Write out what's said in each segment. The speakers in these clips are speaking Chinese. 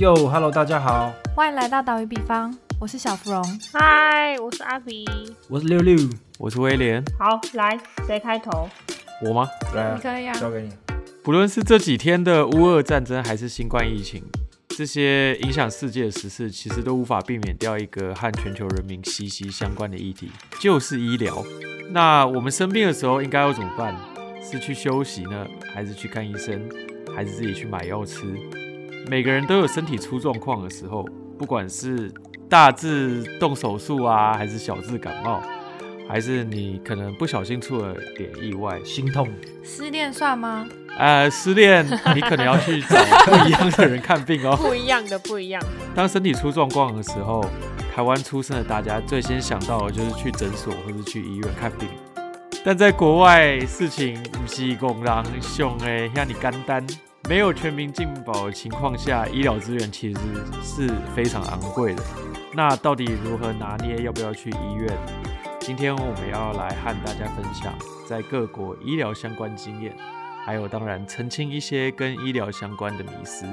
哟，Hello，大家好，欢迎来到岛屿比方，我是小芙蓉。嗨，我是阿比。我是六六，我是威廉，好，来，谁开头？我吗？来你啊，可以啊，交给你。不论是这几天的乌俄战争，还是新冠疫情，这些影响世界的时事，其实都无法避免掉一个和全球人民息息相关的议题，就是医疗。那我们生病的时候应该要怎么办？是去休息呢，还是去看医生，还是自己去买药吃？每个人都有身体出状况的时候，不管是大致动手术啊，还是小致感冒，还是你可能不小心出了点意外，心痛，失恋算吗？呃，失恋你可能要去找不一样的人看病哦。不一样的，不一样。当身体出状况的时候，台湾出生的大家最先想到的就是去诊所或者去医院看病。但在国外，事情不是公狼凶诶，像你干单，没有全民健保的情况下，医疗资源其实是非常昂贵的。那到底如何拿捏，要不要去医院？今天我们要来和大家分享在各国医疗相关经验，还有当然澄清一些跟医疗相关的迷思。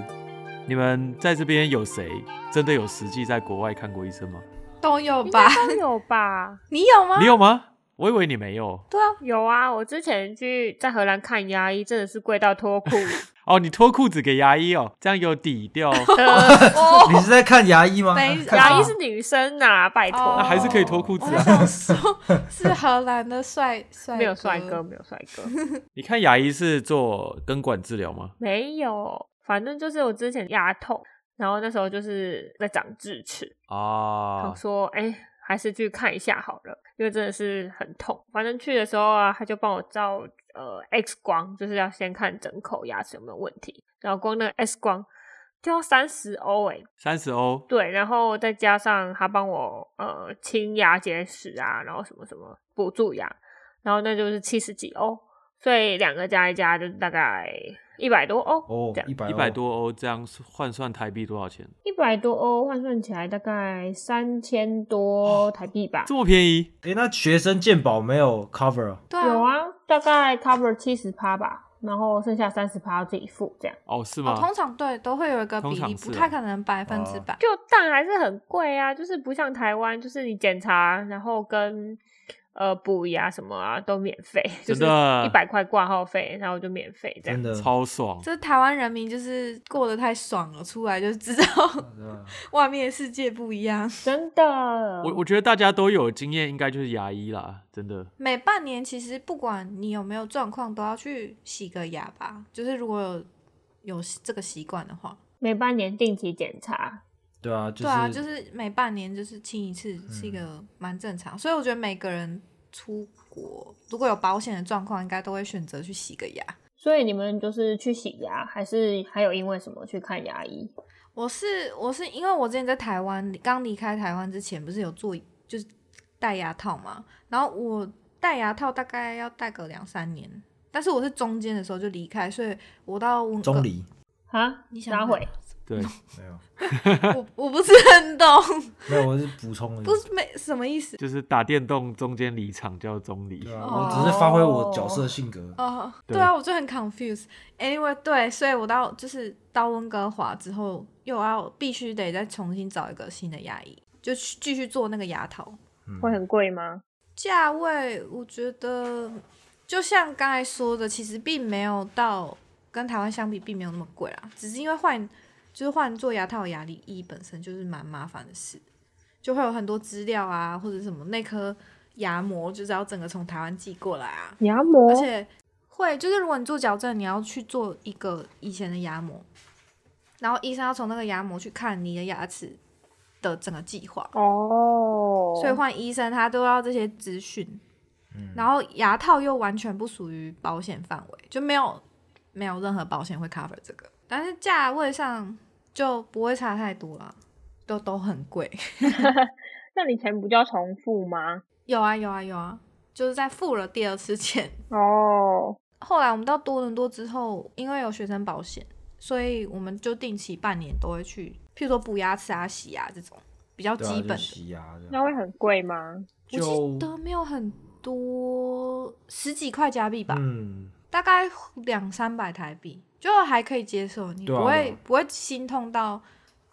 你们在这边有谁真的有实际在国外看过医生吗？都有应吧该？都有吧？你有吗你？有吗？我以为你没有对啊，有啊，我之前去在荷兰看牙医，真的是贵到脱裤。 哦，你脱裤子给牙医哦，这样有底 调，呃哦，你是在看牙医吗？没牙医是女生呐，拜哦那托。还是可以脱裤子我啊。想说，是荷兰的帅帅没有帅哥，，没有帅哥， 你看牙医是做根管治疗吗？没有。反正就是我之前牙痛，然后那时候就是在长智齿，啊我，说哎、还是去看一下好了，因为真的是很痛。反正去的时候啊，他就帮我照呃 X 光，就是要先看整口牙齿有没有问题，然后光那个 X 光就要三十欧哎，三十欧，对，然后再加上他帮我呃清牙结石啊，然后什么什么补蛀牙，然后那就是七十几欧，所以两个加一加就是大概一百多欧哦这，样一百一百，多欧，这样换算台币多少钱？一百多欧换算起来大概三千多台币吧这。么便宜？哎，那学生健保没有 cover 啊对有啊，啊，大概 cover 七十趴吧，然后剩下三十趴自己付，这样哦，是哦，吗通？常对都会有一个比通例，常是哦不啊太可能百分之百。就但还是很贵啊，就是不像台湾，就是你检查然后跟呃补牙什么啊都免费，就是真的啊一百块挂号费，然后就免费这真样。的，超爽！这台湾人民就是过得太爽了，出来就知 道对啊外面的世界不一样。真的，我我觉得大家都有经验，应该就是牙医啦，真的。每半年其实不管你有没有状况，都要去洗个牙吧。就是如果有有这个习惯的话，每半年定期检查，对啊，就嗯对啊，就是是每半年就是清一次，是一个蛮正常。所以我觉得每个人出国如果有保险的状况，应该都会选择去洗个牙。所以你们就是去洗牙，还是还有因为什么去看牙医？我是我是因为我之前在台湾刚离开台湾之前，不是有做就是戴牙套嘛，然后我戴牙套大概要戴个两三年，但是我是中间的时候就离开，所以我到文中离啊，你想哪会？ 对，没有，我我不是很懂，没有，我是补充而已不是没什么意思就是打电动中间离场叫中离对。啊，哦我只是发挥我角色性格，哦。对对啊，我就很 confused。Anyway，对，所以我到就是到温哥华之后，又要必须得再重新找一个新的牙医，就去继续做那个牙套。嗯会很贵吗？价位，我觉得就像刚才说的，其实并没有到跟台湾相比，并没有那么贵啦。只是因为换就是换做牙套的牙力医本身就是蛮麻烦的事，就会有很多资料啊，或者什么那颗牙膜就是要整个从台湾寄过来啊，牙膜而且会就是如果你做矫正，你要去做一个以前的牙膜，然后医生要从那个牙膜去看你的牙齿的整个计划。哦，所以换医生他都要这些资讯，然后牙套又完全不属于保险范围，就没有没有任何保险会 cover 这个，但是价位上就不会差太多啦，都都很贵。 那你钱不就要重复吗？有啊有啊有啊，就是在付了第二次钱。哦，后来我们到多伦多之后，因为有学生保险，所以我们就定期半年都会去，譬如说补牙齿啊、洗牙这种比较对基啊，本的。就洗牙这那样，会很贵吗？我记就得没有很多，十几块加币吧。嗯，大概两三百台币，就还可以接受，你对啊不对会、啊不会心痛到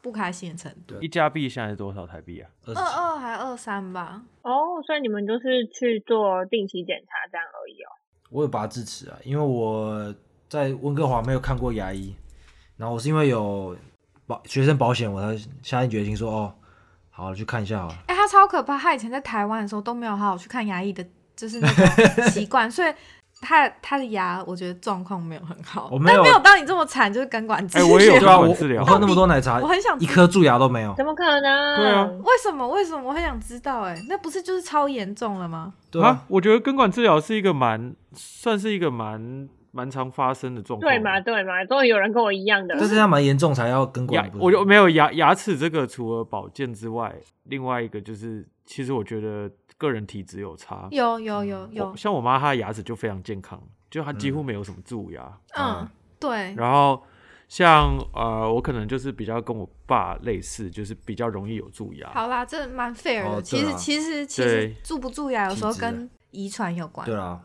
不开心的程度。一加币现在是多少台币啊？二十二几二还二三吧，哦，所以你们就是去做定期检查这样而已哦。我有拔智齿啊，因为我在温哥华没有看过牙医，然后我是因为有保学生保险，我才下定决心说哦，好了去看一下好了。哎、他超可怕！他以前在台湾的时候都没有好好去看牙医的，就是那个习惯， 所以他他的牙我觉得状况没有很好，我没有但没有到你这么惨，就是根管治哎疗。我也有对啊，根我管治疗我喝那么多奶茶我，很想一颗蛀牙都没有。怎么可能？对啊为什么？为什么？我很想知道、哎，那不是就是超严重了吗？对啊啊，，我觉得根管治疗是一个蛮，算是一个蛮蛮常发生的状况。对嘛对嘛，终于有人跟我一样的但。是要蛮严重才要根牙管，不，是我就没有牙牙齿这个，除了保健之外，另外一个就是，其实我觉得个人体质有差。有有有有我，像我妈她的牙齿就非常健康，就她几乎没有什么蛀牙。嗯，对，然后像呃，我可能就是比较跟我爸类似，就是比较容易有蛀牙。好啦，这蛮 fair 的。哦其对实啊其实其对实蛀不蛀牙有时候体质啊跟遗传有关，对啊，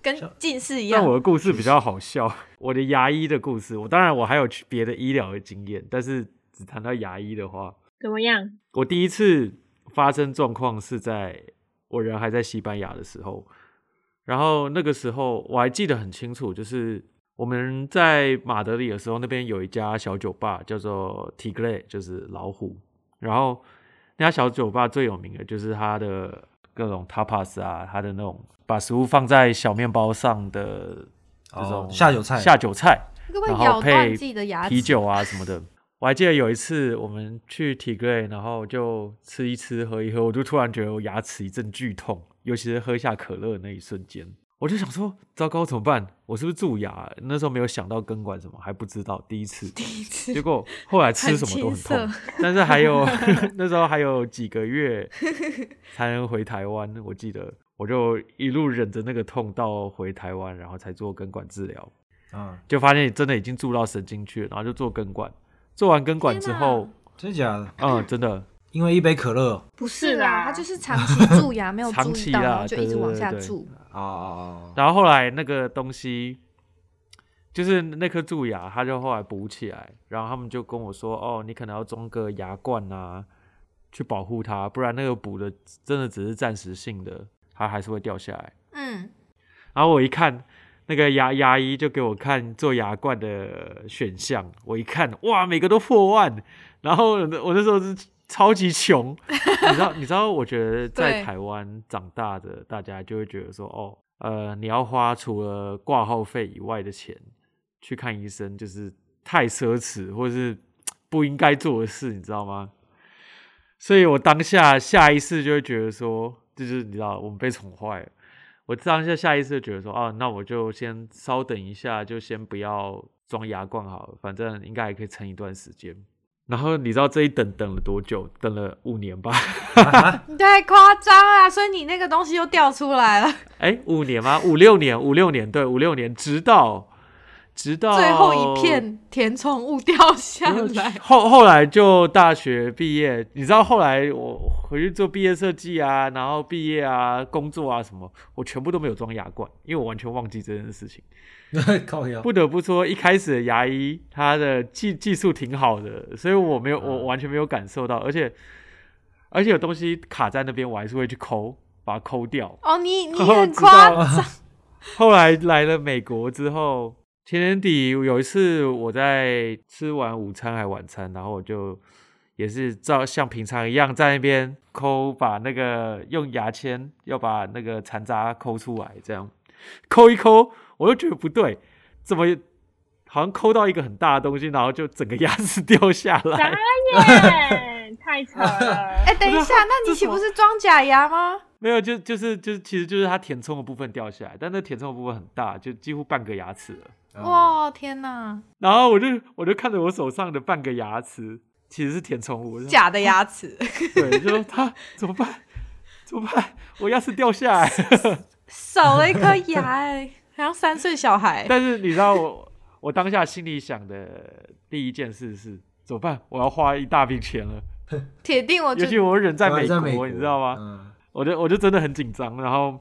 跟像近视一样但。我的故事比较好笑，我的牙医的故事，我当然我还有去别的医疗的经验，但是只谈到牙医的话，怎么样？我第一次发生状况是在我人还在西班牙的时候，然后那个时候我还记得很清楚，就是我们在马德里的时候，那边有一家小酒吧叫做 Tigre，就是老虎。然后那家小酒吧最有名的就是它的各种 tapas 啊，它的那种把食物放在小面包上的这种哦下酒菜下酒菜，会不会然后咬断配自己的牙齿？啤酒啊什么的。我还记得有一次我们去 t i g r 然后就吃一吃喝一喝，我就突然觉得我牙齿一阵剧痛，尤其是喝下可乐的那一瞬间，我就想说糟糕怎么办？我是不是蛀牙？那时候没有想到根管什么，还不知道第一次。第一次结果后来吃很什么都很青痛，但是 还有那时候还有几个月才能回台湾，我记得我就一路忍着那个痛到回台湾，然后才做根管治疗。啊，就发现真的已经住到神经去了，然后就做根管。做完根管之后，真的假的？嗯，真的因为一杯可乐不是是啦啦，他就是长期蛀牙没有长注期意到，啦然后就一直往下对对对蛀。啊啊啊！然后后来那个东西，就是那颗蛀牙，它就后来补起来，然后他们就跟我说，哦，你可能要装个牙冠啊，去保护它，不然那个补的真的只是暂时性的，它还是会掉下来。嗯，然后我一看，那个牙牙医就给我看做牙冠的选项，我一看，哇，每个都破万。然后我那我那时候是超级穷， 你知道，你知道，我觉得在对台湾长大的大家就会觉得说，哦，呃，你要花除了挂号费以外的钱去看医生，就是太奢侈，或是不应该做的事，你知道吗？所以我当下下意识就会觉得说，就是你知道，我们被宠坏了。我当下下意识就觉得说，哦，那我就先稍等一下，就先不要装牙冠好了，反正应该还可以撑一段时间。然后你知道这一等等了多久？等了五年吧？ 你太夸张啦！所以你那个东西又掉出来了，哎，五年吗？五六年？五六年？对，五六年，直到直到最后一片填充物掉下来。后后来就大学毕业，你知道后来我回去做毕业设计啊，然后毕业啊，工作啊什么，我全部都没有装牙冠，因为我完全忘记这件事情。 靠腰，不得不说，一开始的牙医他的技技术挺好的，所以我没有我嗯完全没有感受到，而且而且有东西卡在那边，我还是会去抠，把它抠掉。哦，你 你知很道夸了张， 后来来了美国之后，前年底有一次我在吃完午餐还晚餐，然后我就也是照像平常一样在那边抠，把那个用牙签要把那个残渣抠出来，这样抠一抠，我就觉得不对，怎么好像抠到一个很大的东西，然后就整个牙齿掉下傻来。眼，太扯了。哎、等一下，那这你什岂么不是装假牙吗？没有，就就是就是，其实就是它填充的部分掉下来，但那填充的部分很大，就几乎半个牙齿了。哇，哇，天哪，然后我就我就看着我手上的半个牙齿，其实是填充物，我就假的牙齿，对，就说他怎么办？怎么办？我牙齿掉下来了。少了一颗牙、哎，好像三岁小孩。但是你知道我我当下心里想的第一件事是怎么办？我要花一大笔钱了，铁定我尤哦就其我人在美啊在国，美国，嗯你知道吗？吗？我就我就真的很紧张，然后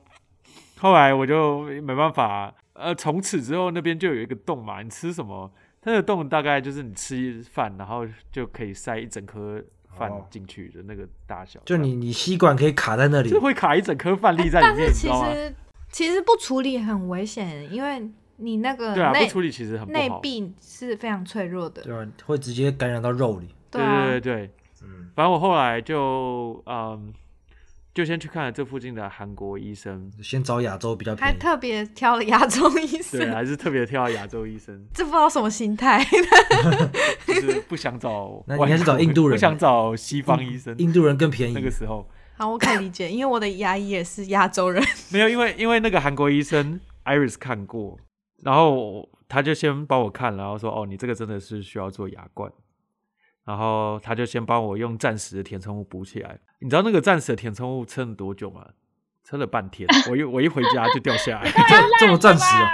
后来我就没办法，呃，从此之后那边就有一个洞嘛，你吃什么它的洞大概就是你吃饭，然后就可以塞一整颗饭哦进去的那个大小，就你你吸管可以卡在那里就，会卡一整颗饭粒在哎但里是面，你其知道吗？实其实不处理很危险，因为你那个对啊，不内处理其实很不内好。壁是非常脆弱的。对吧？会直接感染到肉里。对啊，对对对，嗯，反正我后来就嗯，就先去看了这附近的韩国医生，先找亚洲比较便还宜。特别挑了 亚洲医对啊，生，还是特别挑亚洲医生。这不知道什么心态。就是不想找那你外国，应该是找印度人不想找西方医生。印度人更哎便宜那 个时候好，我可以理解，因为我的牙医也是亚洲人。 没有，因为因为那个韩国医生 Iris 看过，然后他就先帮我看，然后说：“哦，你这个真的是需要做牙冠。”然后他就先帮我用暂时的填充物补起来。你知道那个暂时的填充物撑了多久吗？撑了半 天，我一我一回家就掉下来，这这么暂时啊？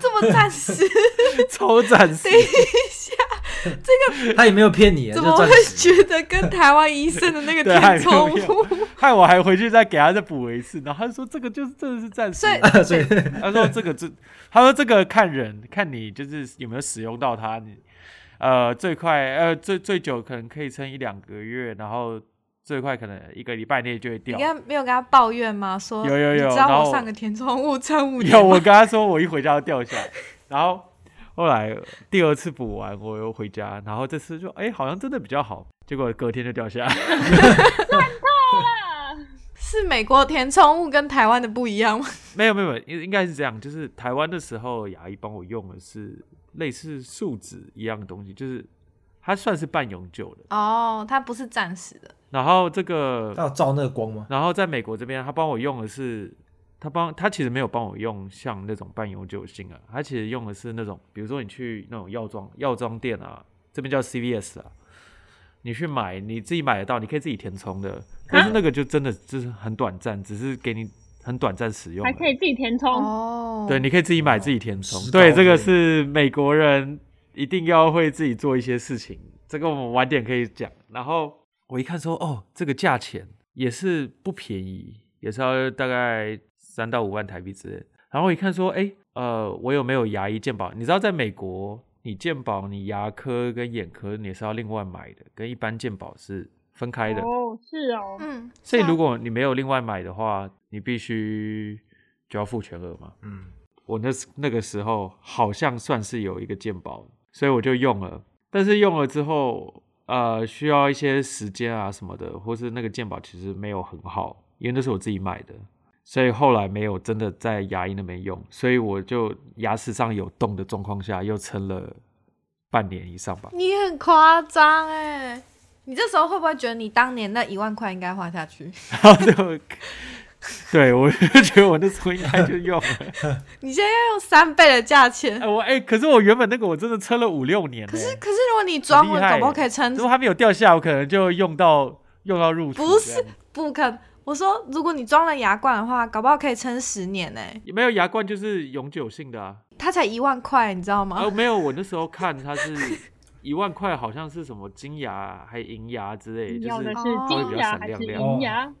这么暂 时，超暂时。 他也没有骗你啊，怎么就会暂时。觉得跟台湾医生的那个 对，还填没充有物？用，害我还回去再给他再补一次，然后他就说这个就是真的是暂时所以 所以他说这个这，他说这个看人，看你就是有没有使用到它，你呃最快呃最最久可能可以撑一两个月，然后最快可能一个礼拜内就会 你掉跟。他没有跟他抱怨吗？说有有有你知然道后我上个填充物撑五年吗有，我跟他说我一回家就掉下来，然后后来第二次补完我又回家，然后这次就哎、好像真的比较好，结果隔天就掉下来。 是美国填充物跟台湾的不一样吗？没有没有，没有应应该是这样，就是台湾的时候，牙医帮我用的是类似树脂一样的东西，就是它算是半永久的。 哦，它不是暂时的，然后这个他有照那个光吗？然后在美国这边，他帮我用的是，他帮他其实没有帮我用像那种半永久性啊，他其实用的是那种，比如说你去那种药妆药妆店啊，这边叫 CVS 啊，你去买你自己买得到，你可以自己填充的，但是那个就真的就是很短暂，只是给你很短暂使用而还已，可以自己填充，哦，对，你可以自己买自己填充石。膏对，这个之是美国人一定要会自己做一些事情，这个我们晚点可以讲。然后我一看说，哦，这个价钱也是不便宜，也是要大概三到五万台币之类的。然后我一看说，哎，呃，我有没有牙医健保？你知道在美国，你健保你牙科跟眼科你是要另外买的，跟一般健保是分开的。哦，是哦，嗯，所以是啊如果你没有另外买的话，你必须就要付全额嘛。嗯，我那时那个时候好像算是有一个鉴宝，所以我就用了。但是用了之后，呃，需要一些时间啊什么的，或是那个鉴宝其实没有很好，因为那是我自己买的，所以后来没有真的在牙医那边用，所以我就牙齿上有洞的状况下，又撑了半年以上吧。 你很夸张哎！你这时候会不会觉得你当年那一万块应该花下去？ 然后就，对我就觉得我那时候应该就用了。 你现在要用三倍的价钱，哎、我哎、可是我原本那个我真的撑了五六年、欸，可是可是如果你装很了，厉害欸搞不好可以撑如。果它没有掉下，我可能就用到用到入不土这样是，不可能，我说如果你装了牙冠的话，搞不好可以撑十年呢、没有牙冠就是永久性的啊。它才一万块，你知道吗？哦，没有，我那时候看它是一万块，好像是什么金牙还银牙之你类，嗯就要是的是哦金牙还是银牙？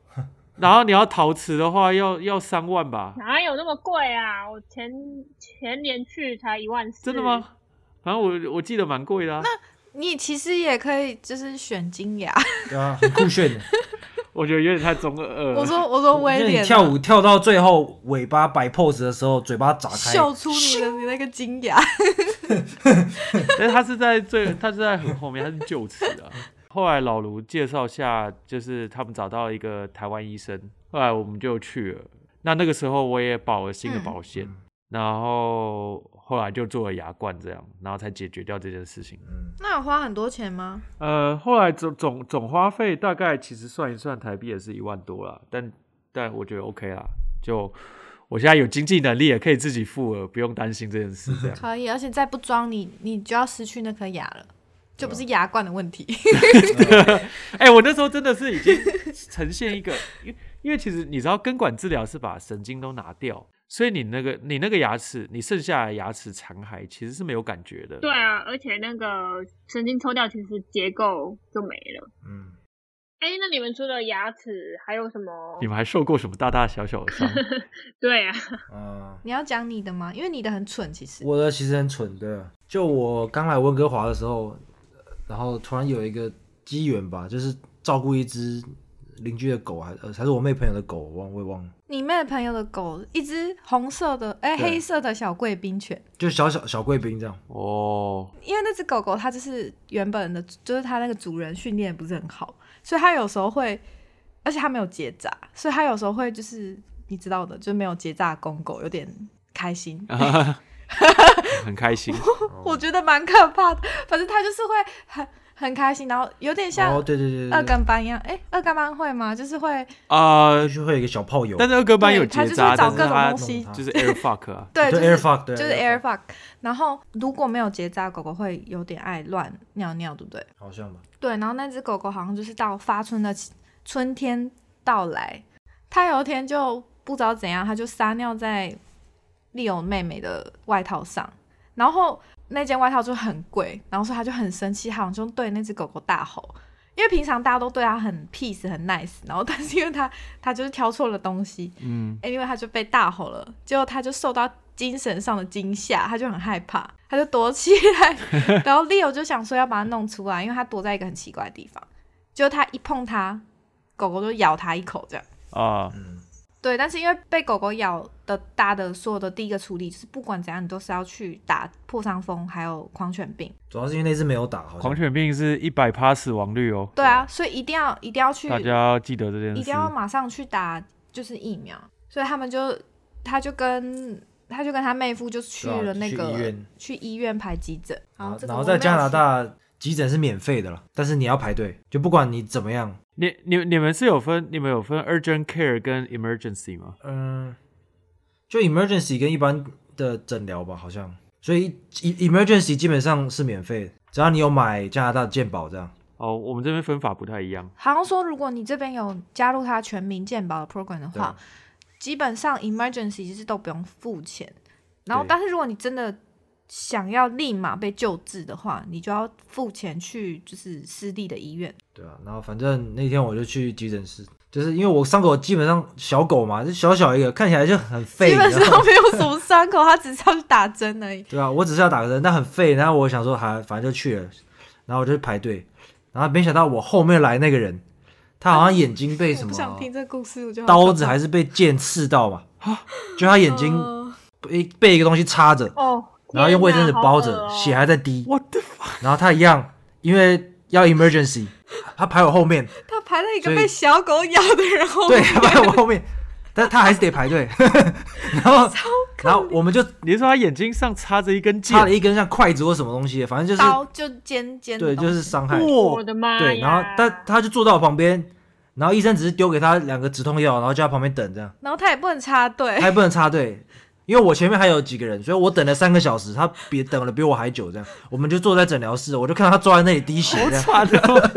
然后你要陶瓷的话要要三万吧？哪有那么贵啊？我前前年去才一万四，真的？吗？反正我我记得蛮贵的、啊，你其实也可以，就是选金牙。对啊，很酷炫的。我觉得有点太中二了。我说我说 威因为廉呃你啊，跳舞跳到最后尾巴摆 pose 的时候，嘴巴炸开，秀出你的你那个金牙，但是他是在最，他是在很后面，他是就此啊。后来老卢介绍下，就是他们找到了一个台湾医生，后来我们就去了。那那个时候我也保了新的保险，嗯然后后来就做了牙冠，这样，然后才解决掉这件事情。嗯， 那有花很多钱吗？呃，后来总总总花费大概其实算一算台币也是一万多啦，但但我觉得 OK 啦，就我现在有经济能力也可以自己付了，不用担心这件事。这样可以，而且再不装你，你就要失去那颗牙了，就啊不是牙冠的问题。 哎、我那时候真的是已经呈现一个，因因为其实你知道，根管治疗是把神经都拿掉，所以你那个你那个牙齿，你剩下的牙齿残骸其实是没有感觉的。对啊，而且那个神经抽掉，其实结构就没了。嗯，哎、那你们除了牙齿还有什么你？们还受过什么大大小小 的伤？对啊，嗯，你要讲你的吗？因为你的很蠢，其实。我的其实很蠢的，就我刚来温哥华的时候，然后突然有一个机缘吧，就是照顾一只邻居的狗，还呃还是我妹朋友的狗，我忘我也忘了，你妹的朋友的狗，一只红色的，哎、对黑色的小贵宾犬。就小小小贵宾这样。哦， 因为那只狗狗它就是原本的，就是它那个主人训练不是很好，所以它有时候会，而且它没有结扎，所以它有时候会就是你知道的，就是没有结扎的公狗有点开心，啊很开心，我觉得蛮可怕的。反正它就是会很很开心，然后有点像哦，对对对二对对，跟班一样。哎、二跟班会吗？就是会啊就！是会有一个小炮友，但是二哥班有结扎，对他就是但是找各种他东西弄它就是 air fuck 啊，对，就对是 air fuck，对就是 air air fuck。然后如果没有结扎，狗狗会有点爱乱尿尿，对不对？好像吧，对，然后那只狗狗好像就是到发春的期春天到来，它有一天就不知道怎样，它就撒尿在丽友妹妹的外套上，然后那件外套就很贵，然后所以它就很生气，它好像就对那只狗狗大吼。因为平常大家都对它很 peace 很 nice，然后但 是因为它它就是挑错了东西，嗯，因为它就被大吼了，结果它就受到精神上的惊吓，它就很害怕，它就躲起来， 然后 Leo 就想说要把它弄出来，因为它躲在一个很奇怪的地方，结果它一碰它，狗狗就咬它一口这样。啊，嗯，对，但是因为被狗狗咬的大的所有的第一个处理就是不管怎样，你都是要去打破伤风，还有狂犬病。主要是因为那只没有打，好像狂犬病是一百趴死亡率哦，对啊，所以一定要一定要去大家要记得这件一事定。要马上去打就是疫苗，所以他们就他就跟他就跟他妹夫就去对啊了那去个医院去医院排急诊，然后然后这个然后我在没有加拿去大急诊是免费的了，但是你要排队，就不管你怎么样，你你你们是有分你们有分 urgent care 跟 emergency 吗？嗯，就 emergency 跟一般的诊疗吧，好像，所以 e- emergency 基本上是免费的，只要你有买加拿大的健保这样。哦，我们这边分法不太一样。好像说，如果你这边有加入他全民健保的 program 的话，基本上 emergency 就是都不用付钱。然后对，但是如果你真的想要立马被救治的话，你就要付钱去就是私立的医院。对啊，然后反正那天我就去急诊室，就是因为我伤口基本上小狗嘛，就小小一个，看起来就很废，基本你知道吗上没有什么伤口，他只是要去打针而已。对啊，我只是要打个针，但很废。然后我想说，还反正就去了，然后我就排队，然后没想到我后面来那个人，他好像眼睛被我什 不想么听这故事，我就好刀子可怕还是被剑刺到吧，就他眼睛呃被被一个东西插着，哦，然后用卫生纸包天哪着，好恶哦血还在滴。 What the fuck？然后他一样，因为要 emergency，他排我后面，他排在一所个以被小狗咬的人 后对，面，他排我后面，但他还是得排队。 然后，然后我们就你是说他眼睛上插着一根剑插？了一根像筷子或什么东西的，反正就是刀就尖尖的对，东就西，是伤害。我哇，的哎妈呀！对，然后但他就坐到我旁边，然后医生只是丢给他两个止痛药，然后叫他旁边等这样，然后他也不能插队哎他，还不能插队，因为我前面还有几个人，所以我等了三个小时，他比等了比我还久这样，我们就坐在诊疗室，我就看到他坐在那里滴血好这 样，惨哦！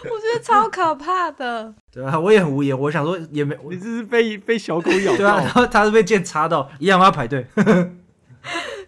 我觉得超可怕的。 对啊，我也很无言，我想说也没，你这是哦被被小狗咬对啊，到然。后他是被剑插到，一样要排队，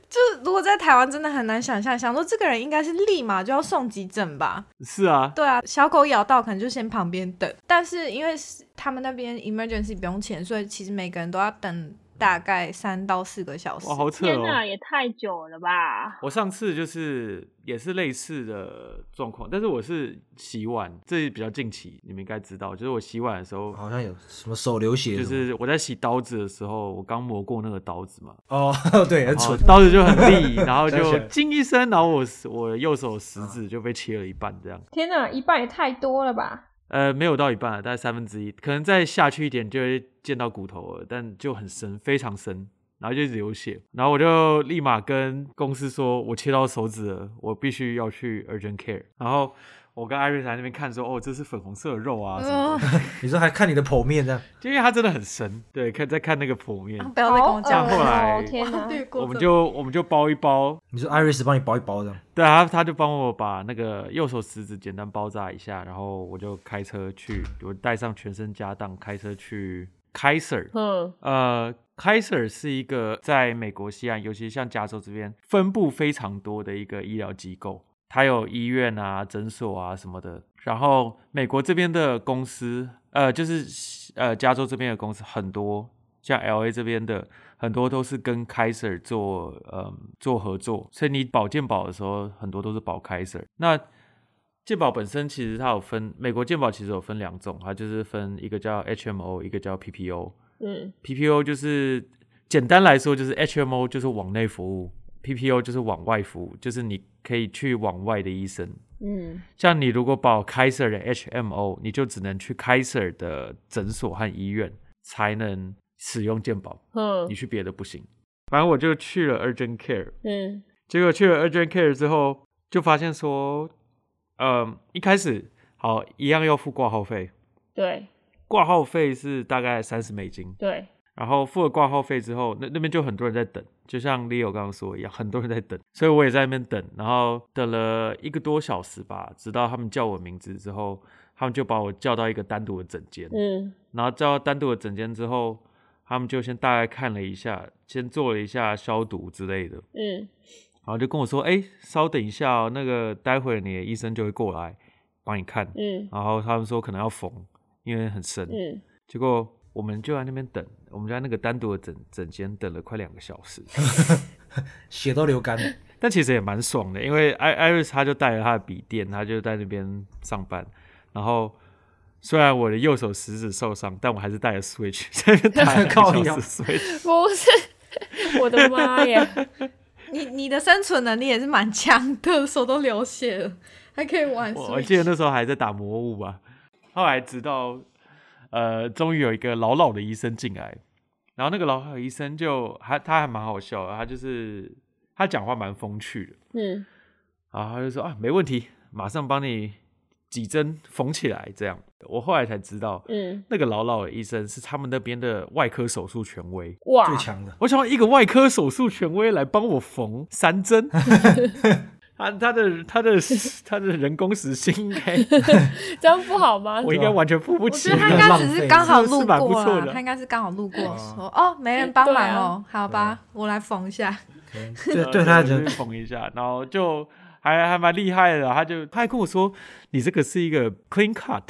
就是如果在台湾，真的很难想象，想说这个人应该是立马就要送急诊吧？是啊，对啊，小狗咬到可能就先旁边等，但是因为是他们那边 emergency 不用钱，所以其实每个人都要等大概三到四个小时哇，。好扯天哪，哦！也太久了吧？我上次就是也是类似的状况，但是我是洗碗，这比较近期，你们应该知道，就是我洗碗的时候，好像有什么手流血什就么，是我在洗刀子的时候，我刚磨过那个刀子嘛，哦， 对，很然后蠢，刀子就很利，然后想起就来惊一声，然后我我的右手食指就被切了一半，这样，天哪，一半也太多了吧？呃，没有到一半了，大概三分之一，可能再下去一点就会见到骨头了，但就很深，非常深，然后就一直流血，然后我就立马跟公司说，我切到手指了，我必须要去 urgent care，然后。我跟艾瑞在那边看说，哦，这是粉红色的肉啊什么的，你说还看你的剖面这样， 就因为它真的很深，对，看在看那个剖面，不要再跟我这样讲后了，哎来哦天 哪！略啊过我们这就我们就包一包，你说艾瑞斯帮你包一包这样，对啊，他就帮我把那个右手食指简单包扎一下，然后我就开车去，我带上全身家当，开车去 Kaiser。嗯，呃，Kaiser 是一个在美国西岸，尤其像加州这边分布非常多的一个医疗机构。它有医院啊、诊所啊什么的。然后美国这边的公司，呃，就是呃加州这边的公司很多，像 L A 这边的很多都是跟 Kaiser 做嗯做合作，所以你保健保的时候很多都是保 Kaiser。那健保本身其实它有分，美国健保其实有分两种，它就是分一个叫 HMO，一个叫 PPO。嗯 PPO 就是简单来说就是 HMO 就是往内服务，PPO 就是往外服务，就是你可以去往外的医生。嗯像你如果保 Kaiser 的 HMO，你就只能去 Kaiser 的诊所和医院才能使用健保，嗯你去别的不行。反正我就去了 Urgent Care，嗯结果去了 Urgent Care 之后，就发现说，嗯，一开始好一样要付挂号费，对挂号费是大概三十美金，对然后付了挂号费之后，那那边就很多人在等，就像 Leo 刚刚说一样，很多人在等，所以我也在那边等，然后等了一个多小时吧，直到他们叫我名字之后，他们就把我叫到一个单独的诊间，嗯然后叫到单独的诊间之后，他们就先大概看了一下，先做了一下消毒之类的，嗯然后就跟我说，哎，稍等一下哦，那个待会儿你的医生就会过来帮你看，嗯然后他们说可能要缝，因为很深， 嗯，结果我们就在那边等，我们就在那个单独的诊诊间等了快两个小时， 血都流干了。但其实也蛮爽的，因为艾艾瑞斯他就带了他的笔电，他就在那边上班。然后虽然我的右手食指受伤，但我还是带了 Switch 在那边打两靠个腰小时 Switch。不是，我的妈 呀！你你的生存能力也是蛮强的，手都流血了，还可以玩我我记 Switch。得那时候还在打魔物吧，后来直到呃，终于有一个老老的医生进来，然后那个老老的医生就还他还蛮好笑的，他就是他讲话蛮风趣的。嗯然后他就说啊，没问题，马上帮你几针缝起来。这样，我后来才知道，嗯，那个老老的医生是他们那边的外科手术权威。哇，最强的，我想要一个外科手术权威来帮我缝三 针，他他的他的他的人工时薪应 该这样不好吗？我应该完全付不我起觉得。他应该只是刚好路是蛮不过错啊，的嗯他应该是刚好路过，说哦没人帮忙哦，好啊吧，我来缝一下。 对对他来呃就 讲是，缝一下，然后就还还蛮厉害的。他就他还跟我说，你这个是一个 clean cut。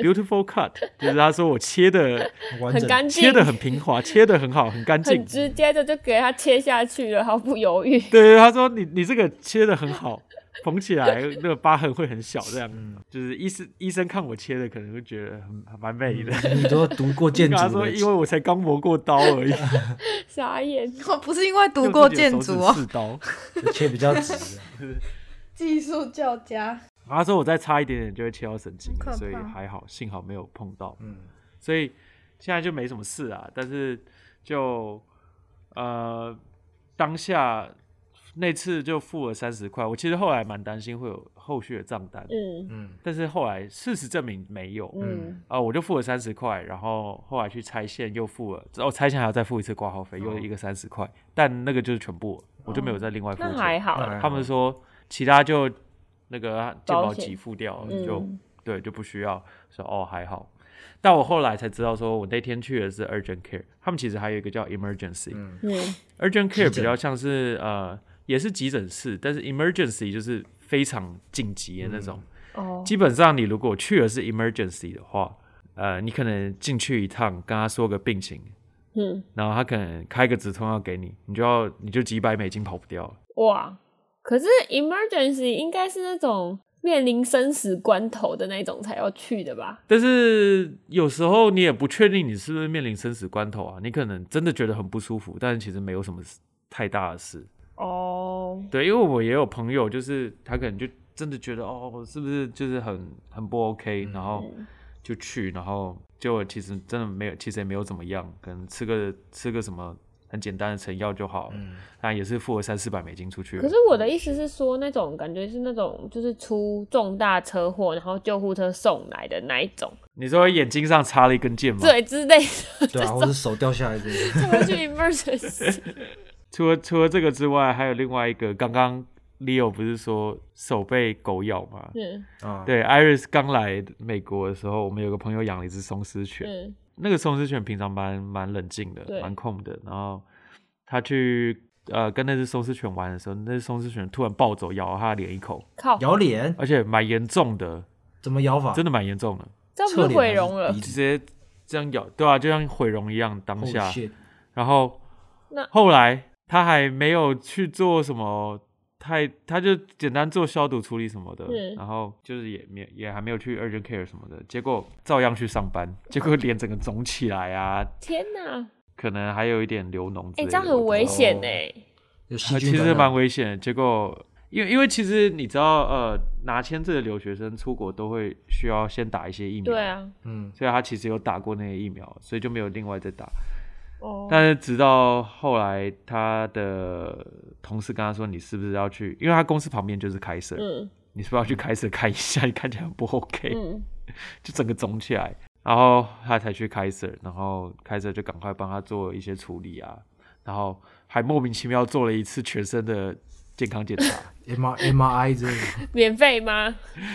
Beautiful 嗯 cut，就是他说我切的完很整。干净切，的很平滑，切的很好，很干净很。直接的就给它切下去了，毫不犹豫。对对，他说你你这个切的很 好，缝起来那个疤痕会很小，这样。嗯就是医生医生看我切的，可能会觉得很还蛮美的。你都读过嗯建跟他筑说，的，因为我才刚磨过刀而已，傻眼，我哦不是因为 读过建筑 用哦自，己的手指刺刀。切比较直。 技术较佳。然后他说我再差一点点就会切到神经很可了，怕所以还好，幸好没有碰到。嗯，所以现在就没什么事啊。但是就呃当下那次就付了三十块，我其实后来蛮担心会有后续的账单，嗯但是后来事实证明没有。嗯啊、我就付了三十块，然后后来去拆线又付了，哦，拆线还要再付一次挂号费，哦又一个三十块，但那个就是全部了，我就没有再另外付那钱。还好啦，那还好他们说其他就那个健保保险给付掉了，嗯就对就不需要。说哦还好，但我后来才知道，说我那天去的是 urgent care，他们其实还有一个叫 emergency、嗯嗯 urgent care 急诊比较像是呃也是急诊室，但是 emergency 就是非常紧急的那种。嗯哦，基本上你如果去的是 emergency 的话，呃，你可能进去一趟，跟他说个病情，嗯然后他可能开个止痛药给你，你就要你就几百美金跑不掉了。哇，可是 emergency 应该是那种面临生死关头的那种才要去的吧？但是有时候你也不确定你是不是面临生死关头啊，你可能真的觉得很不舒服，但其实没有什么太大的事。哦，对，因为我也有朋友，就是他可能就真的觉得哦，我是不是就是很很不 OK，然后就去，然后就其实真的没有，其实也没有怎么样，可能吃个吃个什么很简单的成药就好了，嗯但也是付了三四百美金出去了。可是我的意思是说，那种感觉是那种就是出重大车祸，然后救护车送来的那一种，你说眼睛上插了一根箭吗？对之类的，嗯对啊，或 者手掉下来这种，怎么去 emergency？除了除了这个之外，还有另外一个，刚刚 Leo 不是说手被狗咬吗？嗯 啊，对，Iris 刚来美国的时候，我们有个朋友养了一只松狮犬，嗯那个松狮犬平常蛮蛮冷静的对，蛮控的，然后他去呃跟那只松狮犬玩的时候，那只松狮犬突然暴走咬了他的脸一口，靠，咬脸而且蛮严重的，怎么咬法？真的蛮严重的，这样侧不脸是还毁是容了鼻？直子接这样咬，对啊，就像毁容一样当下。 Oh shit 然后那后来他还没有去做什么太，他就简单做消毒处理什么的嗯，然后就是也没也还没有去 urgent care 什么的，结果照样去上班，结果脸整个肿起来啊，天哪！可能还有一点流脓之哎、类的。这样很危哦险哎、有呃细菌其感实染蛮危险的。结果因为因为其实你知道，呃，拿签证的留学生出国都会需要先打一些疫苗，对，啊，嗯，所以他其实有打过那些疫苗，所以就没有另外再打。哦，但是直到后来，他的同事跟他说：“你是不是要去？因为他公司旁边就是开设，嗯你是不是要去开设看一下？ 你看起来很不 OK，、嗯，就整个肿起来。”然后他才去开设，然后开设就赶快帮他做一些处理啊，然后还莫名其妙做了一次全身的健康检查， M R M R I 之类的，免费吗？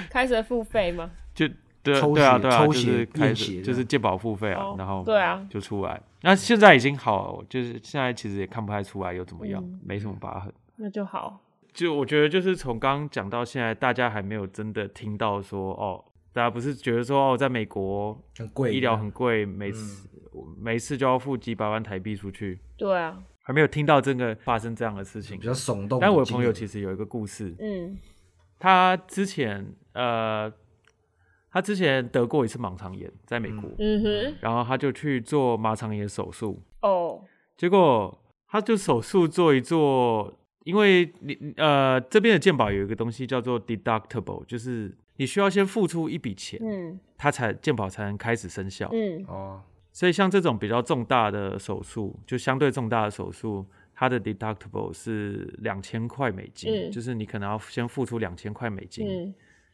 开始付费吗？就对抽对啊血对啊，抽就血是开验血始这就是样健保付费啊哦，然后对啊就出来。那现在已经好了，就是现在其实也看不太出来有怎么样，嗯没什么疤痕。那就好。就我觉得就是从刚刚讲到现在，大家还没有真的听到说哦，大家不是觉得说哦，在美国很贵，嗯医疗很贵，每次、每次就要付几百万台币出去，对啊，还没有听到这个发生这样的事情比。较耸动的金额。但我的朋友其实有一个故事，嗯，他之前呃，他之前得过一次盲肠炎，在美国，嗯哼，然后他就去做盲肠炎手术，哦，结果他就手术做一做，因为你呃这边的健保有一个东西叫做 deductible，就是你需要先付出一笔钱，嗯它才健保才能开始生效。嗯，哦，所以像这种比较重大的手术，就相对重大的手术，它的 deductible 是两千块美金，嗯就是你可能要先付出两千块美金。嗯，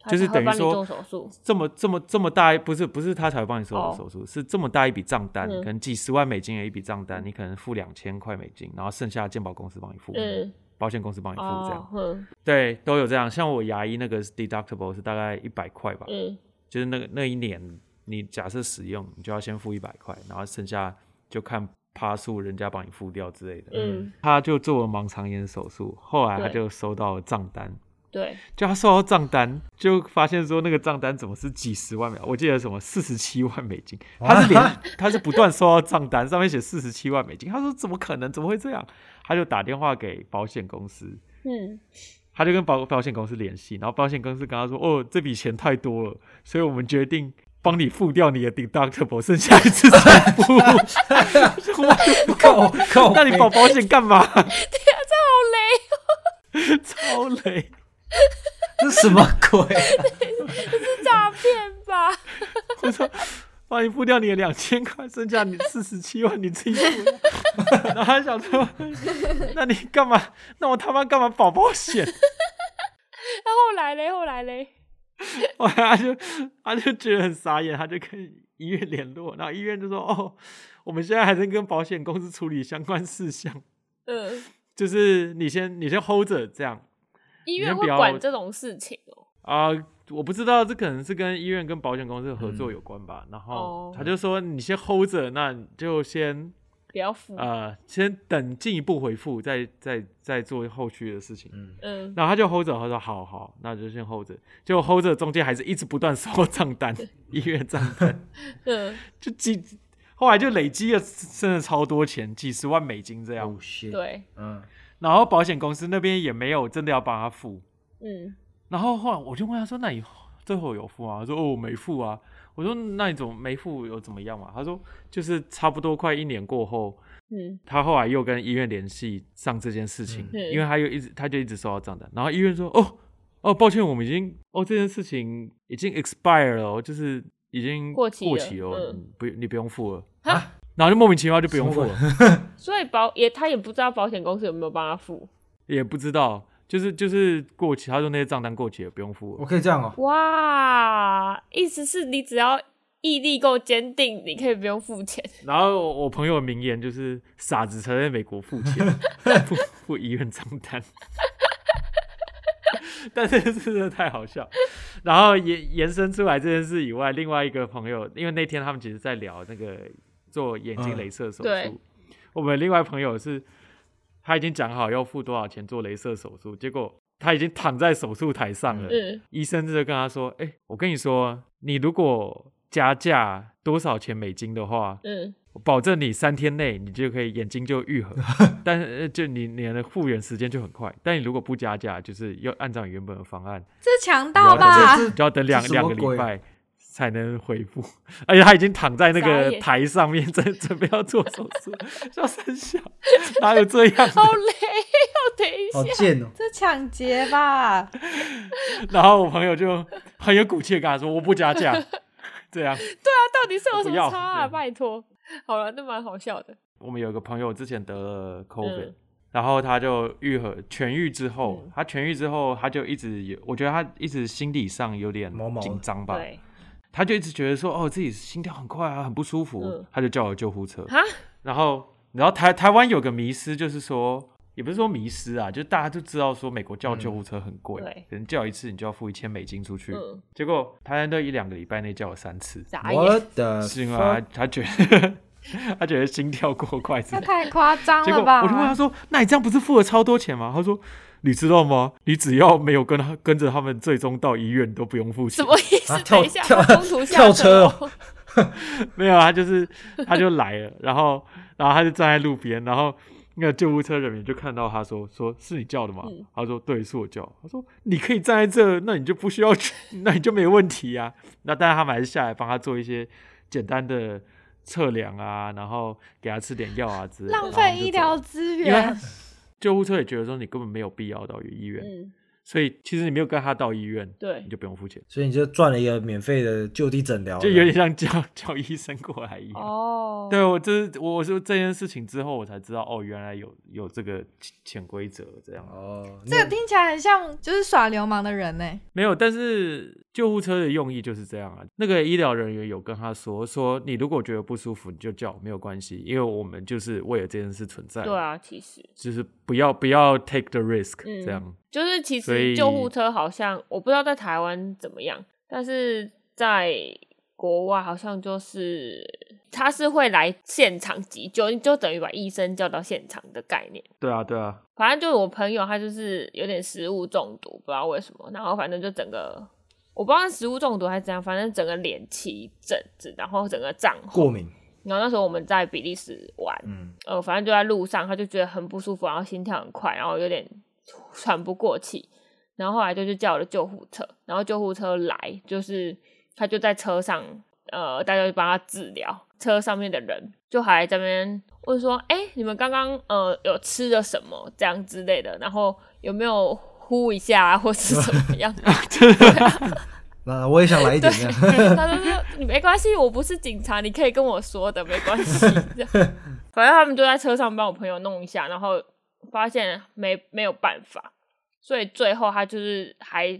就是等于他才会帮你做说手术，这么这么这么大一不是不是他才会帮你哦做手术是这么大一笔账单，嗯可能几十万美金的一笔账单，你可能付两千块美金，然后剩下健保公司帮你付，嗯，保险公司帮你付这样，哦，嗯对，都有这样。像我牙医那个 deductible 是大概一百块吧，嗯就是那个那一年你假设使用，你就要先付一百块，然后剩下就看趴数人家帮你付掉之类的。嗯，他就做了盲肠炎手术，后来他对就收到了账单，对，就他收到账单，就发现说那个账单怎么是几十万美，我记得什么四十七万美金，他是连 他是不断收到账单，上面写四十七万美金，他说怎么可能，怎么会这样？他就打电话给保险公司，嗯，他就跟保保险公司联系，然后保险公司跟他说，哦，这笔钱太多了，所以我们决定。帮你付掉你的 deductible，剩下一次再付。 靠靠， 那你保保险干嘛？ 好超累。这什么鬼？雷，诈骗吧？我说帮你付掉你的两千块，剩下你四十七万你自己付。然后他想说，那你干嘛？那我他妈干嘛保保险？那 后来嘞，后来嘞，后来他就他就觉得很傻眼，他就跟医院联络，然后医院就说：“哦，我们现在还在跟保险公司处理相关事项，嗯，就是你先你先 hold 着这样医你院先会不要管这种事情哦，啊。我不知道这可能是跟医院跟保险公司合作有关吧。然哦后他就说：“你先 hold 着，那你就先不要付，呃，先等进一步回复，再再再做后续的事情。嗯，嗯，然后他就 hold 着，他说好好，那就先 hold 着，就 hold 着，中间还是一直不断收账单，医院账单，嗯，就几，后来就累积了真的超多钱，几十万美金这样。哦shit，，对，嗯，然后保险公司那边也没有真的要帮他付，嗯，然后后来我就问他说，那你最后有付吗？他说哦，我没付啊。我说那你怎么没付有怎么样嘛？他说就是差不多快一年过后，嗯，他后来又跟医院联系上这件事情，嗯因为他又一直他就一直收到账单，然后医院说哦哦抱歉，我们已经哦这件事情已经 expire 了哦，就是已经过期了过期了哦，嗯你不你不用付了哈啊，然后就莫名其妙就不用付了，所以保也他也不知道保险公司有没有帮他付，也不知道就是就是过期，他说那些账单过期了不用付我了，可以这样哦。哇，意思是你只要毅力够坚定，你可以不用付钱，然后我我朋友的名言就是傻子才在美国付钱，付付医院账单。 但是真的太好笑，然后延延伸出来这件事以外，另外一个朋友，因为那天他们其实在聊那个做眼睛嗯镭射手术，对我们另外朋友是他已经讲好要付多少钱做镭射手术，结果他已经躺在手术台上了。嗯，医生就跟他说：“哎、我跟你说，你如果加价多少钱美金的话，嗯，我保证你三天内你就可以眼睛就 愈合，但是呃就你你的复原时间就很快。但你如果不加价，就是要按照你原本的 方案，这强盗吧？这这就要等两这什两么个鬼礼拜才能恢复。而且他已经躺在那傻个眼台上面，准准备要做手术，笑声小，哪有这样？好累哦，等一好下，贱哦！这抢劫吧？然后我朋友就很有骨气的跟他说：“我不加价。”这样，到底是有什我不要么差啊？嗯对拜托，好了，那蛮好笑的。我们有一个朋友之前得了 COVID，、嗯然后他就愈合痊愈之后，嗯他痊愈之后，他就一直有，我觉得他一直心理上有点毛毛的紧张吧，对，他就一直觉得说，哦，自己心跳很快啊，很不舒服，嗯他就叫了救护车。哈，然后，然后台台湾有个迷失，就是说，也不是说迷失啊，就大家都知道说美国叫救护车很贵，嗯对可能叫一次你就要付一千美金出去，嗯，结果台湾队一两个礼拜内叫了三次，傻我眼，的 是因为他他觉得 他觉得心跳过快之 这类的。太夸张结果了吧我？就问他说：“那你这样不是付了超多钱吗？”他说：“你知道吗？你只要没有跟他跟着他们最终到医院，你都不用付什钱。么意思？啊跳等一下，跳他中途下跳车哦哦，没有啊，他就是他就来了，然后然后他就站在路边，然后那个救护车人员就看到他说：‘说是你叫的吗？’嗯他说：‘对，是我叫。’他说：‘你可以站在这，那你就不需要去，那你就没问题啊。’那但是他们还是下来帮他做一些简单的测量啊，然后给他吃点药啊之类的。浪然后他费们就医走了疗 资因为他源，救护车也觉得说你根本没有必要到医院，嗯，所以其实你没有跟他到医院，对你，就不用付钱，所以你就赚了一个免费的就地诊疗，就有点像叫叫医生过来一样。哦，对我这是我说这件事情之后，我才知道哦，原来有有这个潜潜规则这样。哦。这个听起来很像就是耍流氓的人呢、没有，但是救护车的用意就是这样啊。那个医疗人员有跟他说，说你如果觉得不舒服，你就叫，没有关系，因为我们就是为了这件事存在。对，啊，其实就是不要不要 take the risk、嗯这样。就是其所实以救护车好像我不知道在台湾怎么样，但是在国外好像就是他是会来现场急救，你就等于把医生叫到现场的概念。对啊，对啊，反正就是我朋友他就是有点食物中毒，不知道为什么，然后反正就整个我不知道是食物中毒还是怎样，反正整个脸起疹子，然后整个胀过红。敏，然后那时候我们在比利时玩，嗯，呃，反正就在路上，他就觉得很不舒服，然后心跳很快，然后有点喘不过气，然后后来就去叫了救护车，然后救护车来，就是他就在车上，呃，大家就帮他治疗，车上面的人就还在那边问说，哎、你们刚刚呃有吃了什么这样之类的，然后有没有呼一下、啊、或是怎么样？那我也想来一点这样。他就说你没关系，我不是警察，你可以跟我说的，没关系。这样 反正他们就在车上帮我朋友弄一下，然后发现没没有办法，所以最后他就是还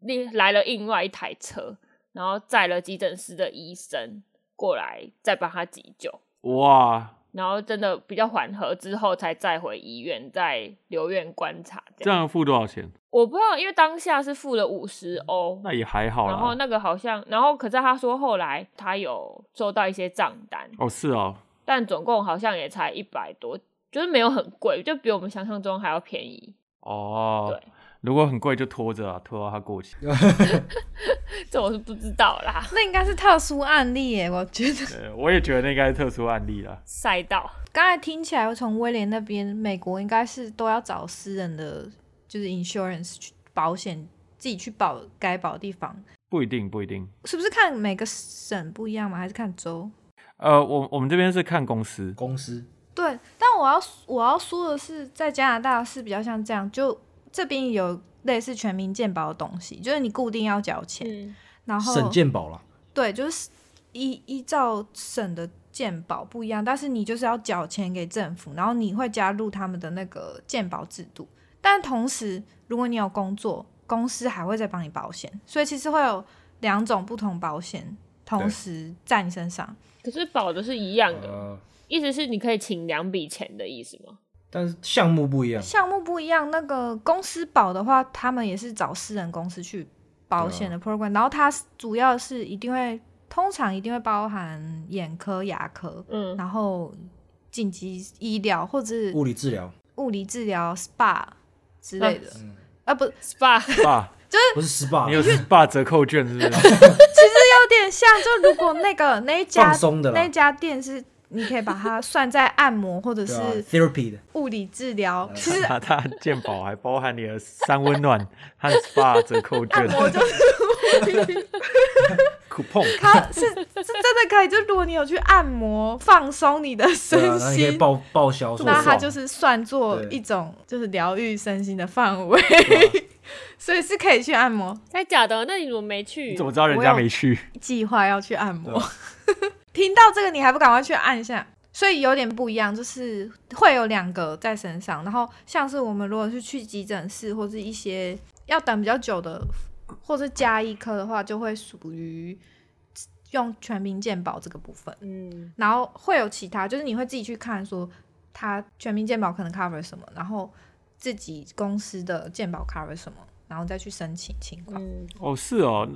另来了另外一台车，然后载了急诊室的医生过来再帮他急救，哇，然后真的比较缓和之后才载回医院，再留院观察。这这样样付多少钱？我不知道，因为当下是付了五十欧，那也还好啦。然后那个好像，然后可是他说后来他有收到一些账单，哦，是哦，但总共好像也才一百多，就是没有很贵，就比我们想象中还要便宜。 哦对，如果很贵就拖着啊，拖到它过期。这我是不知道啦，那应该是特殊案例耶、我觉得呃，我也觉得那应该是特殊案例啦。赛道刚才听起来，从威廉那边，美国应该是都要找私人的，就是 insurance 去保险，自己去保该保的地方，不一定，不一定。是不是看每个省不一样吗？还是看州？呃，我我们这边是看 公司，公司对，但我要我要说的是，在加拿大是比较像这样，就这边有类似全民健保的东西，就是你固定要缴钱，嗯，然后省健保啦，对，就是依依照省的健保不一样，但是你就是要缴钱给政府，然后你会加入他们的那个健保制度。但同时，如果你有工作，公司还会再帮你保险，所以其实会有两种不同保险同对时在你身上。可是保的是一样的，哦呃，意思是你可以请两笔钱的意思吗？但是项目不一样，项目不一样，那个公司保的话，他们也是找私人公司去保险的 program，、然后它主要是一定会，通常一定会包含眼科、牙科，嗯，然后紧急医疗或者是物理治疗物理治疗、SPA 之类的，嗯啊不，有 SPA 爸，不是 SPA，你有 SPA 折扣券是 不是？点像，就如果 那个那一家放松的那啦，一啊家店是，你可以把它算在按摩或者对啊是，therapy 的，物理治疗，其实它它健保还包含你的三温暖和 SPA 折扣券按摩就是 coupon，它是 是真的可以，就如果你有去按摩放松你的身对啊，然后你可以心，报报销哦什么那的，它就是算作对啊一种就是疗愈身心的范围， 所以是可以去按摩，真假的？那你怎么没去你怎？么知道人家 没去？计划要去按摩对。 听到这个你还不赶快去按一下？所以有点不一样，就是会有两个在身上，然后像是我们如果是去急诊室或是一些要等比较久的，或是加医科的话，就会属于用全民健保这个部分。嗯，然后会有其他，就是你会自己去看说它全民健保可能 cover 什么，然后自己公司的健保 cover 什么，然后再去申请情况。嗯，哦，是哦，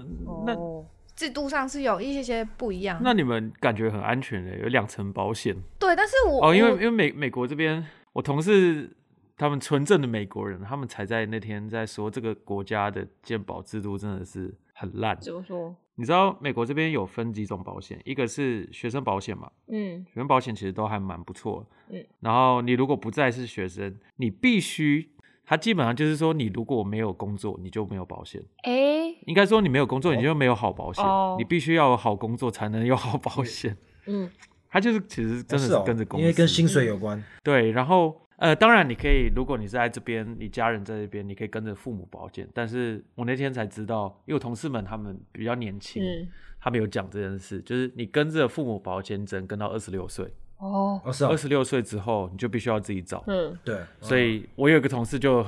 那哦，制度上是有一些些不一样。那你们感觉很安全欸的，有两层保险对，但是我哦，因为我因为美美国这边，我同事他们纯正的美国人，他们才在那天在说这个国家的健保制度真的是很烂。怎么说？你知道美国这边有分几种保险，一个是学生保险嘛，嗯，学生保险其实都还蛮不错。嗯，然后你如果不再是学生，你必须，它基本上就是说，你如果没有工作，你就没有保险。哎，应该说你没有工作，你就没有好保险。哦你必须要有好工作才能有好保险。嗯，它就是其实真的哦是跟着公司，因为跟薪水有关，对，然后呃，当然你可以，如果你是在这边，你家人在这边，你可以跟着父母保险。但是我那天才知道，因为我同事们他们比较年轻，嗯，他们有讲这件事，就是你跟着父母保险，只能跟到二十六岁，哦，哦是二哦，十六岁之后你就必须要自己找。嗯，对，哦所以我有一个同事就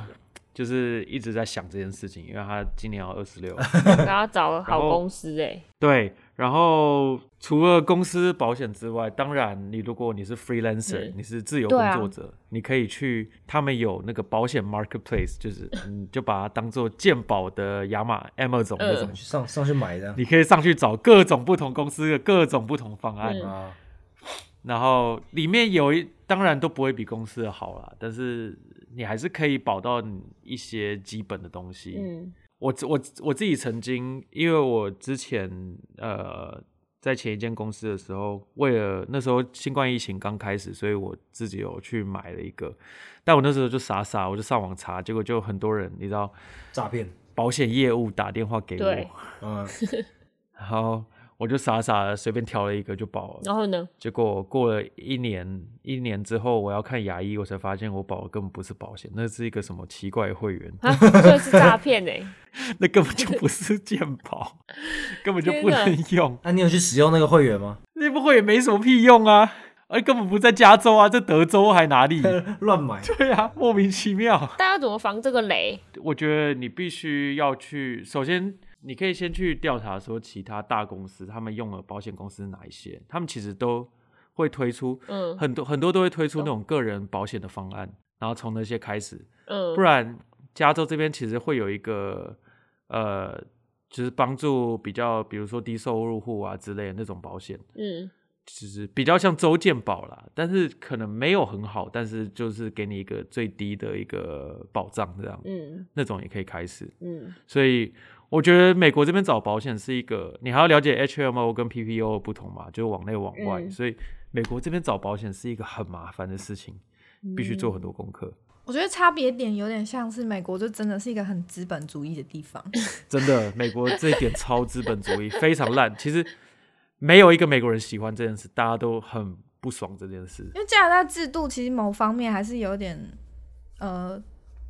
就是一直在想这件事情，因为他今年要二十六，然后找个好然后公司哎，对，然后除了公司保险之外，当然你如果你是 freelancer，、嗯你是自由对工啊作者，你可以去他们有那个保险 marketplace，就是你就把它当做鉴宝的亚马 Amazon 嗯那种嗯，去上上去买的你可以上去找各种不同公司的各种不同方案，嗯啊，然后里面有一当然都不会比公司的好啦，但是你还是可以保到你一些基本的东西，嗯，我自我自我自己曾经，因为我之前呃在前一间公司的时候，为了那时候新冠疫情刚开始，所以我自己有去买了一个，但我那时候就傻傻，我就上网查，结果就很多人你知道诈骗，保险业务打电话给我，对 嗯，然后我就傻傻的随便挑了一个就保了，然后呢？结果过了一年，一年之后我要看牙医，我才发现我保的根本不是保险，那是一个什么奇怪的会员。啊，所以是诈骗哎，那根本就不是鉴宝， 根本就天不哪能用。那你有去使用那个会员吗？那不会也没什么屁用啊，而根本不在加州啊，在德州还哪里？乱买，对啊，莫名其妙。 大家要怎么防这个雷？我觉得你必须要去，首先你可以先去调查说其他大公司他们用了保险公司哪一些，他们其实都会推出嗯很多很多都会推出那种个人保险的方案，然后从那些开始，嗯，不然加州这边其实会有一个呃，就是帮助比较比如说低收入户啊之类的那种保险。嗯，就是比较像周健保啦，但是可能没有很好，但是就是给你一个最低的一个保障，这样，嗯那种也可以开始。嗯所以我觉得美国这边找保险是一个，你还要了解 HMO 跟 PPO 的不同嘛，就是往内往外，嗯所以美国这边找保险是一个很麻烦的事情，必须嗯做很多功课，我觉得差别点有点像是美国，就真的是一个很资本主义的地方。真的，美国这一点超资本主义，非常烂。其实没有一个美国人喜欢这件事，大家都很不爽这件事。因为加拿大制度其实某方面还是有点，呃，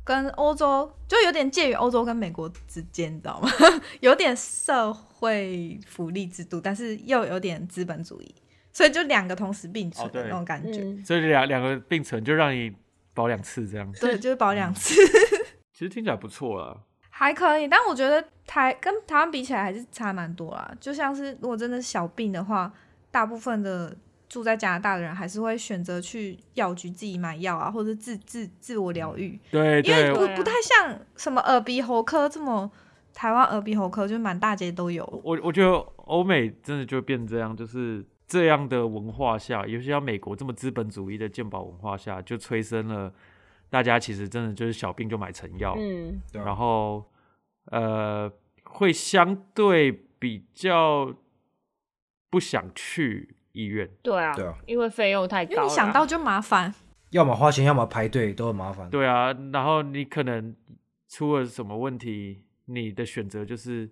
跟欧洲就有点介于欧洲跟美国之间，你知道吗？ 有点社会福利制度，但是又有点资本主义，所以就两个同时并存哦对的那种感觉。嗯，所以两两个并存，就让你保两次这样。对，就是保嗯两次其实听起来不错啊啦。还可以，但我觉得台跟台湾比起来还是差蛮多啦。就像是如果真的是小病的话，大部分的住在加拿大的人还是会选择去药局自己买药啊，或者自自自我疗愈。对因为嗯对，不我对啊不太像什么耳鼻喉科这么台湾耳鼻喉科，就是满大街都有。我我觉得欧美真的就变这样，就是这样的文化下，尤其像美国这么资本主义的健保文化下，就催生了大家其实真的就是小病就买成药，嗯，对啊然后呃，会相对比较不想去医院。对啊，对啊因为费用太因高为了，你想到就麻烦，要么花钱，要么排队，都很麻烦。对啊，然后你可能出了什么问题，你的选择就是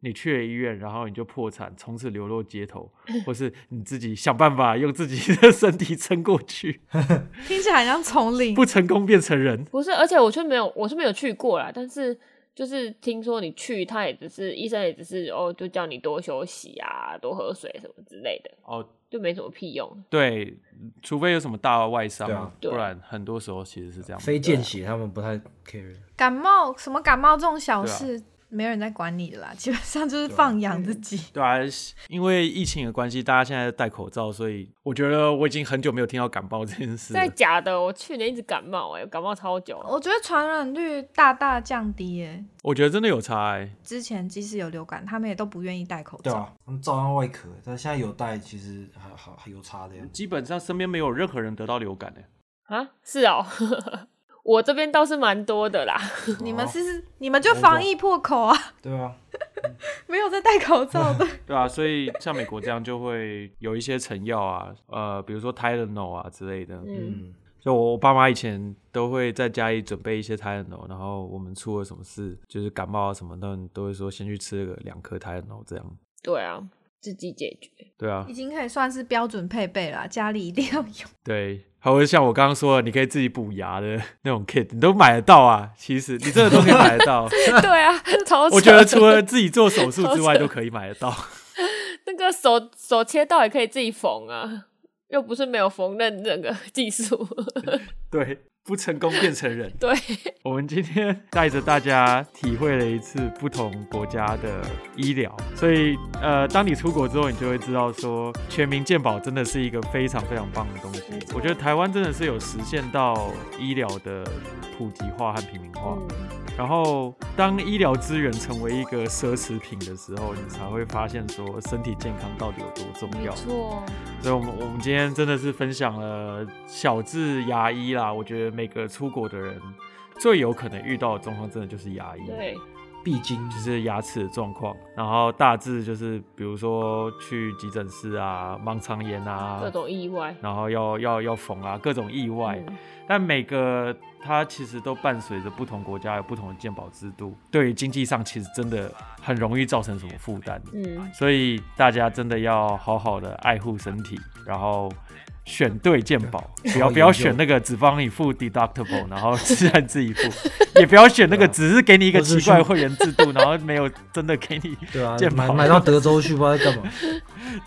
你去了医院，然后你就破产，从此流落街头，或是你自己想办法用自己的身体撑过去， 听起来很像丛林。不成功变成人。不是，而且我却没有，我是没有去过啦。但是就是听说你去，他也只是医生也只是哦，就叫你多休息啊，多喝水什么之类的，哦，就没什么屁用。对，除非有什么大外伤对啊啊，对不然很多时候其实是这样。啊非见血他们不太 care。感冒什么感冒这种小事，没有人在管你的啦，基本上就是放养自己。啊对啊，因为疫情的关系，大家现在戴口罩，所以我觉得我已经很久没有听到感冒这件事了。在假的，我去年一直感冒、欸，哎，感冒超久。哦我觉得传染率大大降低耶、我觉得真的有差、欸，之前即使有流感，他们也都不愿意戴口对罩。啊，他们照样外壳，但现在有戴其实还好还有差的呀。基本上身边没有任何人得到流感欸的、啊，是哦， 我这边倒是蛮多的啦。哦你们是你们就防疫破口啊，对啊， 没有在戴口罩的。对啊，所以像美国这样就会有一些成药啊，呃，比如说 Tylenol 啊之类的。嗯，嗯，就我爸妈以前都会在家里准备一些 Tylenol，然后我们出了什么事，就是感冒啊什么的，都会说先去吃个两颗 Tylenol 这样。对啊，自己解决。对啊 已，经可以算是标准配备啦，家里一定要有。对，还有像我刚刚说的，你可以自己补牙的那种 kit，你都买得到啊。其实你真的都可以买 得到，对啊，超扯我觉得的除了自己做手术之外，都可以买得到。 那个手手切到也可以自己缝啊，又不是没有缝纫那个技术。对，不成功变成人。 对，我们今天带着大家体会了一次不同国家的医疗，所以呃，当你出国之后，你就会知道说，全民健保真的是一个非常非常棒的东西没。错我觉得台湾真的是有实现到医疗的普及化和平民化。嗯然后，当医疗资源成为一个奢侈品的时候，你才会发现说身体健康到底有多重没要。错，所以，我们我们今天真的是分享了小智牙医啦。我觉得每个出国的人最有可能遇到的状况，真的就是牙医，对，必经就是牙齿的状况。然后大致就是，比如说去急诊室啊、盲肠炎啊各，种意外。然后要要要缝啊，各种意外。嗯但每个它其实都伴随着不同国家有不同的健保制度，对于经济上其实真的很容易造成什么负担。嗯，所以大家真的要好好的爱护身体，然后选对健 保，不要好不要研究选那个只帮你付 deductible，然后自然自己付，也不要选那个啊只是给你一个或是奇怪的去会员制 度，然后没有真的给你对啊健，买保买到德州去不知道在干嘛。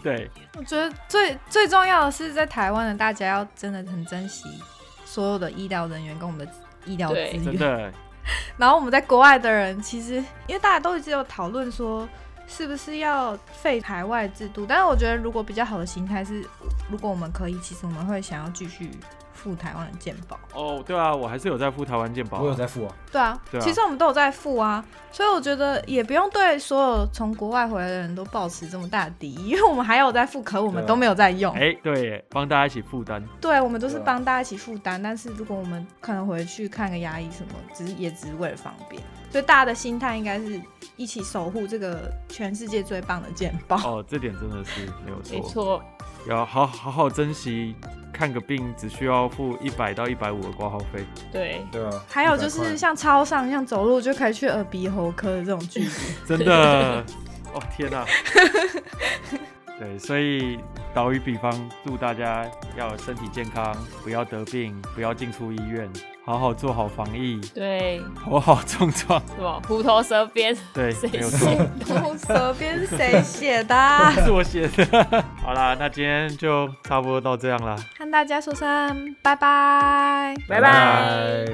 对我觉得最最重要的是，在台湾的大家要真的很珍惜所有的医疗人员跟我们的医疗对资真源。的 然后我们在国外的人，其实因为大家都一直有讨论说，是不是要废海外制度？但是我觉得，如果比较好的心态是，如果我们可以，其实我们会想要继续付台湾的健保。哦，对啊，我还是有在付台湾健保啊、 我有在付啊，对啊，对啊其实我们都有在付啊，所以我觉得也不用对所有从国外回来的人都抱持这么大的敌意，因 为我们还有在付，可我们对啊都没有在用。哎、对耶，帮大家一起负担。对，我们都是对啊帮大家一起负担，但是如果我们可能回去看个牙医什么，只是也只是为了方便，所以大家的心态应该是一起守护这个全世界最棒的健保。哦，这点真的是没有错，没错，要好好好珍惜，看个病只需要付一百到一百五的挂号费。对，对啊。还有就100是块像超商，像走路就可以去耳鼻喉科的这种距 离，真的，哦 天哪、对，所以打于比方，祝大家要身体健康，不要得病，不要进出医院，好好做好防疫，对，头好重 创。什么虎头蛇鞭，对谁，没有错， 信？从舌边是谁写 的、啊？是我写的。好啦，那今天就差不多到这样啦。和大家说声拜拜。拜拜。